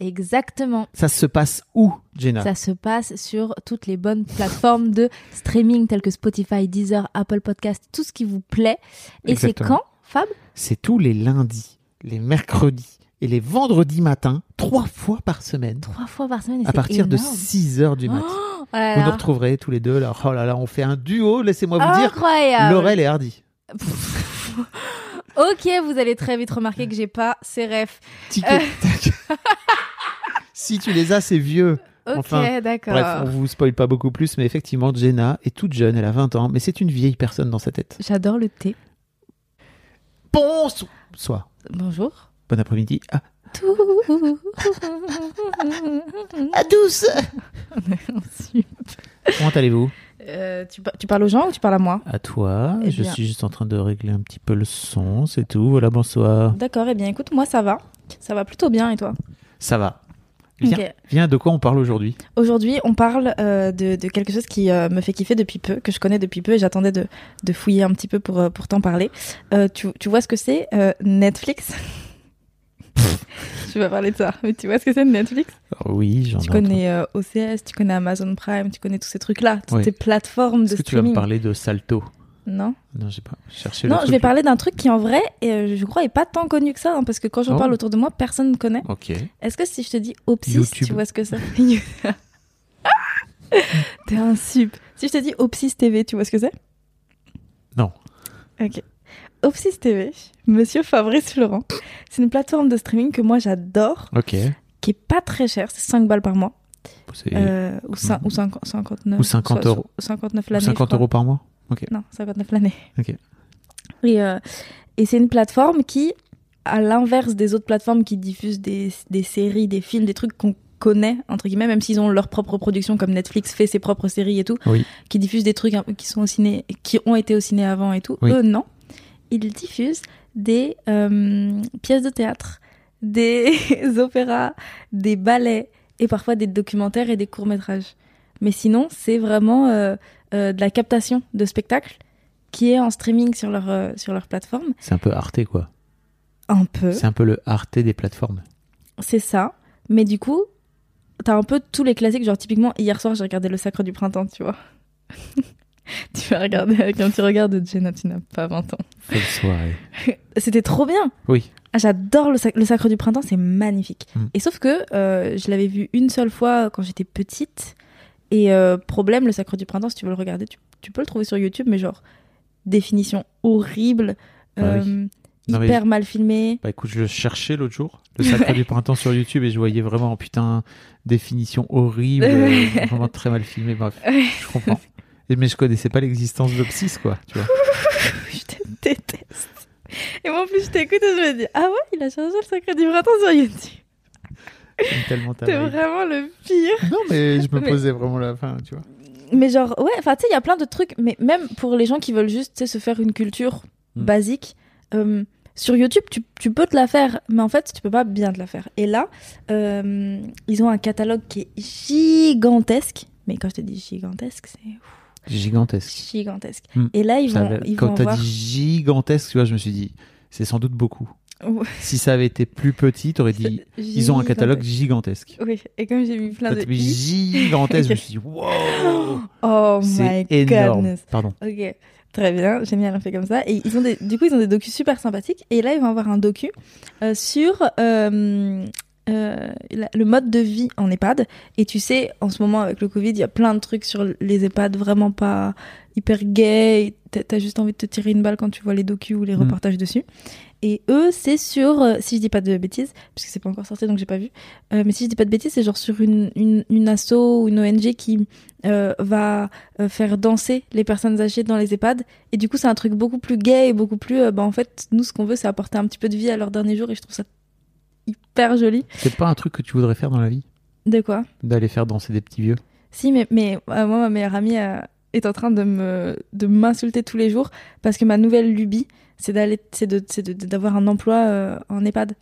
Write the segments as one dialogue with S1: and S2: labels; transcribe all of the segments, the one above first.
S1: Exactement.
S2: Ça se passe où, Jenna
S1: Ça se passe sur toutes les bonnes plateformes de streaming telles que Spotify, Deezer, Apple Podcast, tout ce qui vous plaît. Et c'est
S2: Exactement.
S1: quand, Fab
S2: C'est tous les lundis, les mercredis et les vendredis matins, trois fois par semaine.
S1: Trois fois par semaine. et
S2: À
S1: c'est
S2: partir de
S1: énorme.
S2: 6 heures du matin.
S1: Oh là
S2: vous nous
S1: là. Ah,
S2: retrouverez tous les deux. Là. Oh là là, on fait un duo, laissez-moi vous dire.
S1: Incroyable.
S2: Laurel et Hardy.
S1: Ok, vous allez très vite remarquer que j'ai pas ces refs.
S2: Tic et tac.
S1: Euh.
S2: si tu les as, c'est vieux.
S1: Ok,
S2: Enfin,
S1: d'accord.
S2: Bref, on vous spoil pas beaucoup plus, mais effectivement, Jenna est toute jeune, elle a 20 ans, mais c'est une vieille personne dans sa tête.
S1: J'adore le thé.
S2: Bonsoir.
S1: Bonjour.
S2: Bon après-midi. Ah,
S1: Tout.
S2: à douce Comment allez-vous
S1: Euh, tu, par- tu parles aux gens ou tu parles à moi
S2: À toi.
S1: Eh
S2: je
S1: bien.
S2: suis juste en train de régler un petit peu le son, c'est tout. Voilà, bonsoir.
S1: D'accord, eh bien écoute, moi ça va. Ça va plutôt bien et toi
S2: Ça va. Viens,
S1: Ok.
S2: viens de quoi on parle aujourd'hui
S1: Aujourd'hui, on parle euh, de, de quelque chose qui euh, me fait kiffer depuis peu, que je connais depuis peu et j'attendais de, de fouiller un petit peu pour, euh, pour t'en parler. Euh, tu, tu vois ce que c'est euh, Netflix Je vais pas parler de ça, mais tu vois ce que c'est Netflix
S2: Oh Oui, j'en ai
S1: Tu
S2: entendu.
S1: connais euh, OCS, tu connais Amazon Prime, tu connais tous ces trucs-là, toutes
S2: Oui.
S1: ces plateformes de
S2: Est-ce que tu vas me
S1: streaming.
S2: parler de Salto
S1: non
S2: Non, j'ai pas cherché
S1: Non,
S2: le
S1: je
S2: truc.
S1: vais parler d'un truc qui en vrai, euh, je crois, est pas tant connu que ça, hein, parce que quand j'en
S2: Oh.
S1: parle autour de moi, personne ne connaît.
S2: Ok.
S1: Est-ce que si je te dis Opsis,
S2: YouTube.
S1: tu vois ce que c'est T'es un sup. Si je te dis Opsis TV, tu vois ce que c'est
S2: Non.
S1: Ok. Opsis TV, Monsieur Fabrice Florent, c'est une plateforme de streaming que moi j'adore,
S2: Ok.
S1: qui est pas très chère, c'est 5 balles par mois.
S2: C'est- Mm.
S1: Euh, ou, cin- ou cinq- 59
S2: Ou 50
S1: soit-
S2: euros.
S1: soit 59
S2: Ou
S1: l'année.
S2: 50
S1: je crois.
S2: euros par mois
S1: Non, 59 l'année.
S2: Ok.
S1: Et, euh, et c'est une plateforme qui, à l'inverse des autres plateformes qui diffusent des, des séries, des films, des trucs qu'on connaît, entre guillemets, même s'ils ont leur propre production, comme Netflix fait ses propres séries et tout,
S2: Oui.
S1: qui diffusent des trucs un peu- qui, sont au ciné, qui ont été au ciné avant et tout,
S2: Oui.
S1: eux, non. Ils diffusent des euh, pièces de théâtre, des opéras, des ballets et parfois des documentaires et des courts-métrages. Mais sinon, c'est vraiment euh, euh, de la captation de spectacles qui est en streaming sur leur, euh, sur leur plateforme.
S2: C'est un peu Arte, quoi.
S1: Un peu,
S2: C'est un peu le Arte des plateformes.
S1: c'est ça. Mais du coup, t'as un peu tous les classiques. Genre, typiquement, hier soir, j'ai regardé Le Sacre du Printemps, tu vois. tu vas regarder avec un petit regard de Jenna, tu n'as pas 20 ans.
S2: Folle soirée.
S1: C'était trop bien
S2: Oui.
S1: Ah, J'adore le, sac- le Sacre du Printemps, c'est magnifique.
S2: Mm.
S1: Et sauf que euh, je l'avais vu une seule fois quand j'étais petite. Et euh, problème, le Sacre du Printemps, si tu veux le regarder, tu, tu peux le trouver sur YouTube, mais genre, définition horrible,
S2: Ah oui.
S1: euh,
S2: Non, mais-
S1: hyper mal filmé.
S2: Bah écoute, je le cherchais l'autre jour, le sacré du printemps sur YouTube, et je voyais vraiment, oh, putain, définition horrible, euh, vraiment très mal filmé, bref, je comprends. Et- Mais je connaissais pas l'existence d'Opsis, quoi, tu vois.
S1: je te déteste. Et moi, en plus, je t'écoute et je me dis, ah ouais, il a changé le Sacre du Printemps sur YouTube.
S2: J'aime tellement ta
S1: T'es
S2: blague.
S1: vraiment le pire.
S2: Non, mais je me
S1: Mais-
S2: posais vraiment la fin, tu vois.
S1: Mais genre, ouais, enfin, tu sais, il y a plein de trucs, mais même pour les gens qui veulent juste, tu sais, se faire une culture
S2: Mm.
S1: basique, euh, sur YouTube, tu, tu peux te la faire, mais en fait, tu peux pas bien te la faire. Et là, euh, ils ont un catalogue qui est gigantesque. Mais quand je te dis gigantesque, c'est
S2: Gigantesque.
S1: gigantesque.
S2: Mm.
S1: Et là, ils
S2: Ça
S1: vont,
S2: avait-
S1: ils
S2: quand
S1: vont
S2: t'as
S1: avoir...
S2: dit gigantesque, tu vois, je me suis dit, c'est sans doute beaucoup. Si ça avait été plus petit, t'aurais dit, ils ont un catalogue gigantesque.
S1: Oui, et comme j'ai mis plein
S2: Quand
S1: de...
S2: t'as mis gigantesque, je me suis dit, wow,
S1: Oh my
S2: c'est énorme.
S1: goodness.
S2: Pardon.
S1: Ok, très bien, génial, on fait comme ça. Et ils ont des, du coup, ils ont des docus super sympathiques. Et là, ils vont avoir un docu euh, sur euh, euh, la- le mode de vie en EHPAD. Et tu sais, en ce moment, avec le Covid, il y a plein de trucs sur les EHPAD vraiment pas hyper gays. T'as- T'as juste envie de te tirer une balle quand tu vois les docus ou les
S2: Mm.
S1: reportages dessus. Et eux, c'est sur, euh, si je dis pas de bêtises, puisque c'est pas encore sorti donc j'ai pas vu, euh, mais si je dis pas de bêtises, c'est genre sur une, une, une asso ou une ONG qui euh, va euh, faire danser les personnes âgées dans les EHPAD. Et du coup, c'est un truc beaucoup plus gay et beaucoup plus. euh, bah, en fait, nous, ce qu'on veut, c'est apporter un petit peu de vie à leur dernier jour et je trouve ça hyper joli.
S2: C'est pas un truc que tu voudrais faire dans la vie
S1: De quoi
S2: d'aller faire danser des petits vieux.
S1: Si, mais, mais euh, moi, ma meilleure amie euh, est en train de me de m'insulter tous les jours parce que ma nouvelle lubie, c'est d'aller, c'est de, c'est de- de- d'avoir un emploi euh, en EHPAD.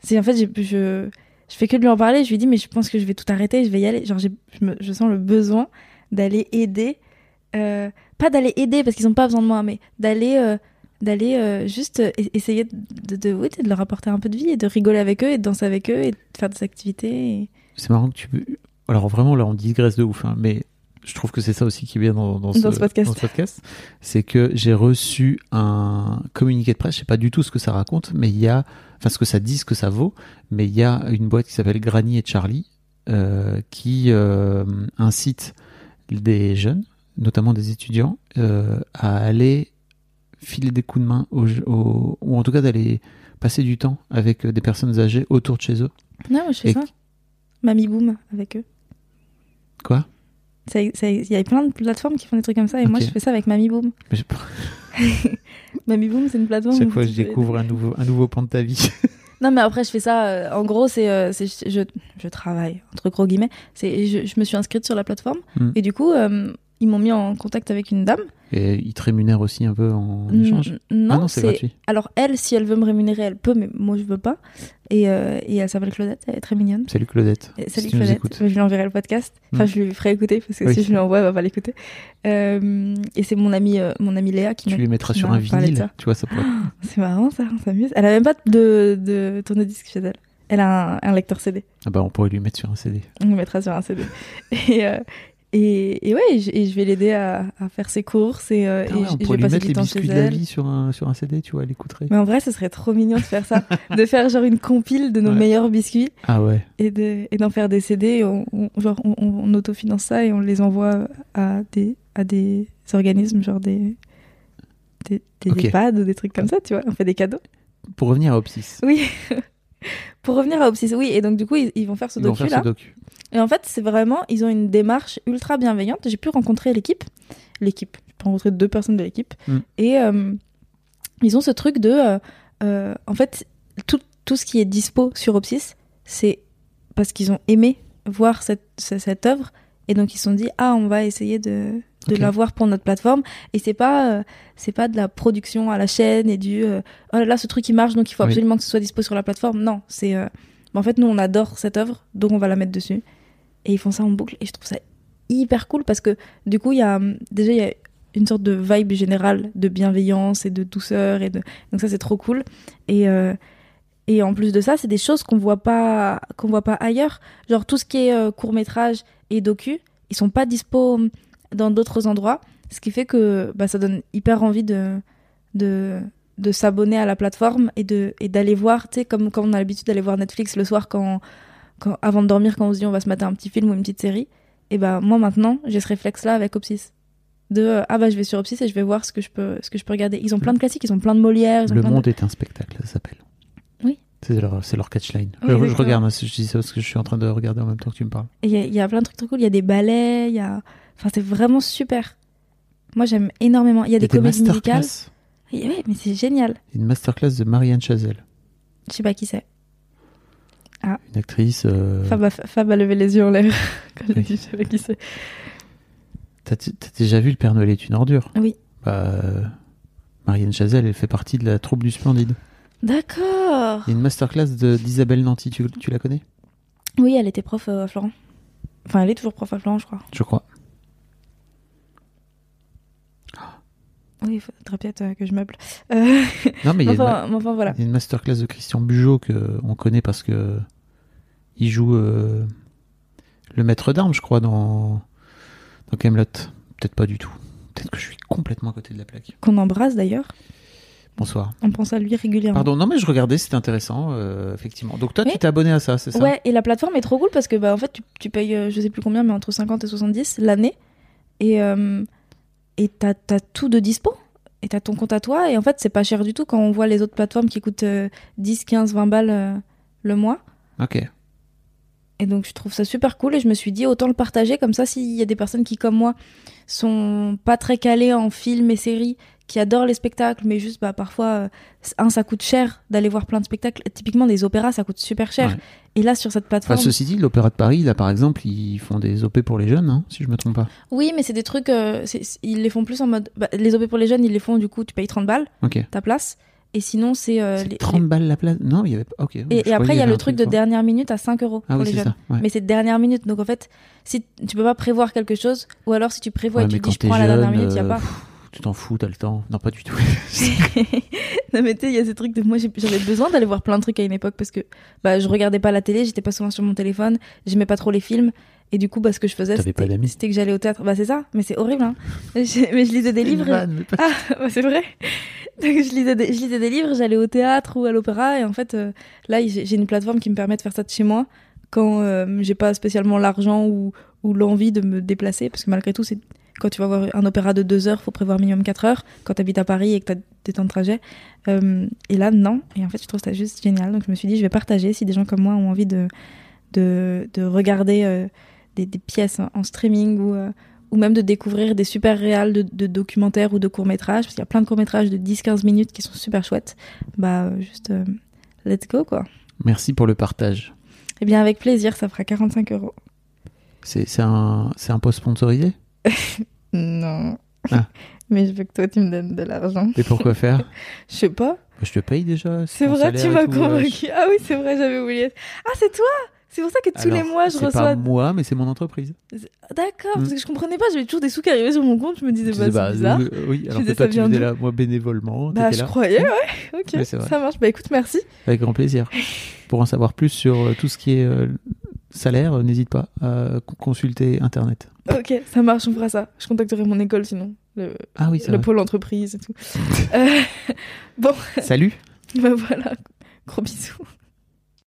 S1: C'est en fait, j'ai- je je fais que de lui en parler. Je lui dis, mais je pense que je vais tout arrêter, je vais y aller. Genre, j'ai- je, me- je sens le besoin d'aller aider, euh, pas d'aller aider parce qu'ils ont pas besoin de moi, mais d'aller euh, d'aller euh, juste euh, e- essayer de, de, de- oui, de leur apporter un peu de vie et de rigoler avec eux et de danser avec eux et de faire des activités. et-
S2: C'est marrant que tu peux. Alors vraiment, là, on digresse de ouf, hein, mais je trouve que c'est ça aussi qui est bien dans, dans,
S1: Dans ce podcast.
S2: dans podcast. C'est que j'ai reçu un communiqué de presse, je sais pas du tout ce que ça raconte, mais il y a. Enfin, ce que ça dit, ce que ça vaut, mais il y a une boîte qui s'appelle Granny et Charlie euh, qui euh, incite des jeunes, notamment des étudiants, euh, à aller filer des coups de main aux, aux- ou en tout cas d'aller passer du temps avec euh, des personnes âgées autour de chez eux.
S1: Non, moi, je fais
S2: Et-
S1: ça. Mamie Boom avec eux.
S2: Quoi
S1: Ça- ça- Il y a plein de plateformes qui font des trucs comme ça et moi
S2: Ok.
S1: je fais ça avec Mamie Boom.
S2: Mais je-
S1: Mamie Boom, c'est une plateforme.
S2: Chaque
S1: où
S2: fois,
S1: tu
S2: je
S1: peux-
S2: découvre un nouveau, un nouveau pan de ta vie.
S1: Non, mais après, je fais ça. euh, en gros, c'est. euh, c'est- je, je travaille, entre gros guillemets. C'est, je, je me suis inscrite sur la plateforme
S2: Mm.
S1: et du coup, euh, ils m'ont mis en contact avec une dame.
S2: Et ils te rémunèrent aussi un peu en échange.
S1: N- Mmh. non,
S2: ah non, c'est
S1: c'est.
S2: gratuit.
S1: Alors, elle, si elle veut me rémunérer, elle peut, mais moi, je veux pas. Et, euh, et elle s'appelle Claudette, elle est très mignonne.
S2: Salut Claudette.
S1: Et
S2: si
S1: Eh, Salut
S2: tu nous
S1: Claudette, Bah,
S2: écoutes.
S1: je lui enverrai le podcast. Enfin,
S2: Mm.
S1: je lui ferai écouter parce que
S2: Oui.
S1: si je lui envoie, elle va pas l'écouter. Euh, et c'est mon ami, euh, mon ami Léa qui
S2: Tu
S1: m'a
S2: les mettras
S1: qui
S2: sur
S1: m'a
S2: un
S1: parlé de
S2: vinyle.
S1: ça.
S2: Tu vois, ça pourrait.
S1: C'est marrant ça, on s'amuse. Elle a même pas de, de tourne-disque chez elle. Elle a un, un lecteur CD.
S2: Ah bah, on pourrait lui mettre sur un CD.
S1: On le mettra sur un CD. Et, euh, et, et ouais, et je, et je vais l'aider à, à faire ses courses et, euh,
S2: Ah
S1: et je-
S2: ouais, on
S1: je vais
S2: pourrait lui
S1: passer
S2: mettre
S1: du
S2: les
S1: temps chez
S2: biscuits de la
S1: elle.
S2: vie sur un, sur un CD, tu vois, elle écouterait.
S1: Mais en vrai, ce serait trop mignon de faire ça, de faire genre une compile de nos
S2: Ouais.
S1: meilleurs biscuits
S2: Ah ouais.
S1: et de- et d'en faire des CD. Et on, on- genre, on, on- on autofinance ça et on les envoie à des, à des organismes, genre des, des, des
S2: Ok.
S1: EHPAD ou des trucs comme ça, tu vois. On fait des cadeaux.
S2: Pour revenir à Opsis.
S1: Oui. Pour revenir à Obsis, oui, et donc du coup, ils, ils vont faire ce
S2: Ils vont faire
S1: docu-là.
S2: ce docu.
S1: Et en fait, c'est vraiment, ils ont une démarche ultra bienveillante. J'ai pu rencontrer l'équipe. L'équipe. J'ai pu rencontrer deux personnes de l'équipe.
S2: Mm.
S1: Et euh, ils ont ce truc de. euh, euh, en fait, tout, tout ce qui est dispo sur Obsis, c'est parce qu'ils ont aimé voir cette, ce- cette œuvre. Et donc, ils se sont dit, ah, on va essayer de, de
S2: Ok.
S1: l'avoir pour notre plateforme. Et c'est pas, euh, c'est pas de la production à la chaîne et du. euh, oh là là, ce truc il marche, donc il faut
S2: Oui.
S1: absolument que ce soit dispo sur la plateforme. Non, c'est. euh, bah, en fait, nous, on adore cette œuvre, donc on va la mettre dessus et ils font ça en boucle et je trouve ça hyper cool parce que du coup il y a hum, déjà il y a une sorte de vibe générale de bienveillance et de douceur et de donc ça c'est trop cool et euh, et en plus de ça c'est des choses qu'on voit pas qu'on voit pas ailleurs genre tout ce qui est court métrage et docu ils sont pas dispo hum, dans d'autres endroits ce qui fait que bah, ça donne hyper envie de de de s'abonner à la plateforme et de et d'aller voir tu sais comme comme on a l'habitude d'aller voir Netflix le soir quand quand- avant de dormir, quand on se dit on va se mater un petit film ou une petite série, et ben moi maintenant, j'ai ce réflexe-là avec Opsis. De euh, ah bah je vais sur Opsis et je vais voir ce que je peux, ce que je peux regarder. Ils ont plein de classiques, ils ont plein de Molière, ils ont
S2: Le
S1: plein
S2: monde est un spectacle, ça s'appelle.
S1: Oui.
S2: C'est leur, c'est leur catchline.
S1: Oui,
S2: Je- je,
S1: exactement.
S2: regarde, hein, je dis ça parce que je suis en train de regarder en même temps que tu me parles.
S1: de. et Il y, a- il y a plein de trucs trop cool, il y a des ballets, il y a. Enfin, c'est vraiment super. Moi j'aime énormément. Il y a des comédies musicales.
S2: masterclass.
S1: Et ouais, mais c'est génial.
S2: Une masterclass de Marianne Chazelle,
S1: Je sais pas qui c'est.
S2: une actrice. euh,
S1: Fab, a, Fab a levé les yeux en l'air quand j'ai
S2: Oui.
S1: dit je sais pas qui c'est.
S2: T'as t'as déjà vu Le Père Noël est une ordure
S1: Oui.
S2: Bah, euh, Marianne Chazelle, elle fait partie de la troupe du Splendide.
S1: D'accord.
S2: Il y a une masterclass de- d'Isabelle Nanty, tu, tu la connais
S1: Oui, elle était prof euh, à Florent. Enfin, elle est toujours prof à Florent, je crois.
S2: Je crois.
S1: Oui, il faudrait peut-être euh, que je meuble. Euh,
S2: Non, mais il y a, une, ma-
S1: enfin, enfin, voilà.
S2: il y a une masterclass de Christian Bugeaud qu'on connaît parce que euh, il joue euh, le maître d'armes, je crois, dans, dans Camelot. Peut-être pas du tout. Peut-être que je suis complètement à côté de la plaque.
S1: qu'on embrasse d'ailleurs.
S2: Bonsoir.
S1: On pense à lui régulièrement.
S2: Pardon, non, mais je regardais, c'était intéressant, euh, effectivement. Donc toi,
S1: Oui.
S2: tu t'es abonné à ça, c'est ça
S1: Ouais, et la plateforme est trop cool parce que bah, en fait, tu, tu payes euh, je sais plus combien, mais entre 50 et 70 l'année. Et euh, et t'as as tout de dispo. Et t'as ton compte à toi. Et en fait, c'est pas cher du tout quand on voit les autres plateformes qui coûtent euh, 10, 15, 20 balles euh, le mois.
S2: Ok.
S1: Et donc je trouve ça super cool et je me suis dit autant le partager comme ça s'il y a des personnes qui comme moi sont pas très calées en films et séries qui adorent les spectacles, mais juste bah, parfois, euh, un, ça coûte cher d'aller voir plein de spectacles. Typiquement, des opéras, ça coûte super cher.
S2: Ouais.
S1: Et là, sur cette
S2: Enfin,
S1: plateforme.
S2: ceci dit, l'Opéra de Paris, là, par exemple, ils font des OP pour les jeunes, hein, si je me trompe pas.
S1: Oui, mais c'est des trucs, euh, c'est- c'est- ils les font plus en mode. bah, les OP pour les jeunes, ils les font, du coup, tu payes 30 balles,
S2: Ok.
S1: ta place. Et sinon, c'est. euh,
S2: C'est
S1: les-
S2: 30 balles la place. Non, il y avait pas. Ok.
S1: les- Et,
S2: je
S1: et
S2: croyais
S1: après,
S2: qu'il
S1: il y a
S2: avait
S1: le
S2: un
S1: truc de
S2: quoi.
S1: dernière minute à 5 euros
S2: Ah
S1: pour
S2: oui,
S1: les
S2: c'est
S1: jeunes.
S2: ça. ouais.
S1: Mais c'est de dernière minute. Donc en fait, si tu peux pas prévoir quelque chose, ou alors si tu prévois
S2: Ouais,
S1: et tu
S2: mais
S1: te
S2: quand
S1: dis je
S2: t'es
S1: prends à la dernière
S2: jeune,
S1: minute, il a
S2: euh,
S1: pas.
S2: pff, Tu t'en fous, t'as le temps. Non, pas du tout.
S1: non mais tu sais, il y a ces trucs de moi j'ai- j'avais besoin d'aller voir plein de trucs à une époque parce que bah je regardais pas la télé, j'étais pas souvent sur mon téléphone, j'aimais pas trop les films et du coup bah ce que je faisais
S2: T'avais pas
S1: c'était
S2: d'amis.
S1: c'était que j'allais au théâtre. Bah c'est ça, mais c'est horrible hein. Je- mais je lisais des livres. et-
S2: Une vanne, mais pas-
S1: Ah, bah, c'est vrai. Donc, je, lisais des, je lisais des livres, j'allais au théâtre ou à l'opéra. Et en fait, euh, là, j'ai j'ai une plateforme qui me permet de faire ça de chez moi quand euh, j'ai pas spécialement l'argent ou, ou l'envie de me déplacer. Parce que malgré tout, c'est quand tu vas voir un opéra de 2 heures, faut prévoir minimum 4 heures. Quand tu habites à Paris et que tu as des temps de trajet. Euh, et là, non. Et en fait, je trouve ça juste génial. Donc, je me suis dit, je vais partager si des gens comme moi ont envie de, de, de regarder euh, des, des pièces en, en streaming ou. euh, ou même de découvrir des super réals de, de documentaires ou de courts-métrages, parce qu'il y a plein de courts-métrages de 10-15 minutes qui sont super chouettes, bah euh, juste euh, let's go quoi.
S2: Merci pour le partage.
S1: Eh bien avec plaisir, ça fera 45 euros.
S2: C'est c'est un, c'est un post sponsorisé
S1: Non.
S2: Ah.
S1: Mais je veux que toi tu me donnes de l'argent.
S2: Et pourquoi faire
S1: Je sais pas.
S2: Bah, Je te paye déjà.
S1: C'est
S2: mon
S1: vrai,
S2: salaire
S1: tu
S2: et
S1: m'as
S2: tout, euh, ouais.
S1: convaincu. Ah oui, c'est vrai, j'avais oublié. Ah, c'est toi C'est pour ça que tous les
S2: Alors,
S1: mois Ah, je
S2: C'est pas
S1: reçois.
S2: moi, mais c'est mon entreprise.
S1: D'accord,
S2: Mm.
S1: parce que je comprenais pas, j'avais toujours des sous qui arrivaient sur mon compte, je me disais,
S2: Tu
S1: bah,
S2: sais, bah,
S1: c'est bizarre.
S2: euh, oui, alors
S1: disais,
S2: que toi,
S1: ça
S2: tu
S1: vient
S2: venais
S1: d'où
S2: là, moi, bénévolement.
S1: Bah,
S2: t'étais
S1: je
S2: là.
S1: croyais, ouais, ok,
S2: Ouais, c'est vrai.
S1: ça marche. Bah écoute, merci.
S2: Avec grand plaisir. Pour en savoir plus sur euh, tout ce qui est euh, salaire, euh, n'hésite pas à con- consulter Internet.
S1: Ok, ça marche, on fera ça. Je contacterai mon école sinon, le,
S2: Ah oui, c'est
S1: le
S2: vrai.
S1: pôle entreprise et tout. Euh, bon,
S2: Salut
S1: bah voilà, gros bisous.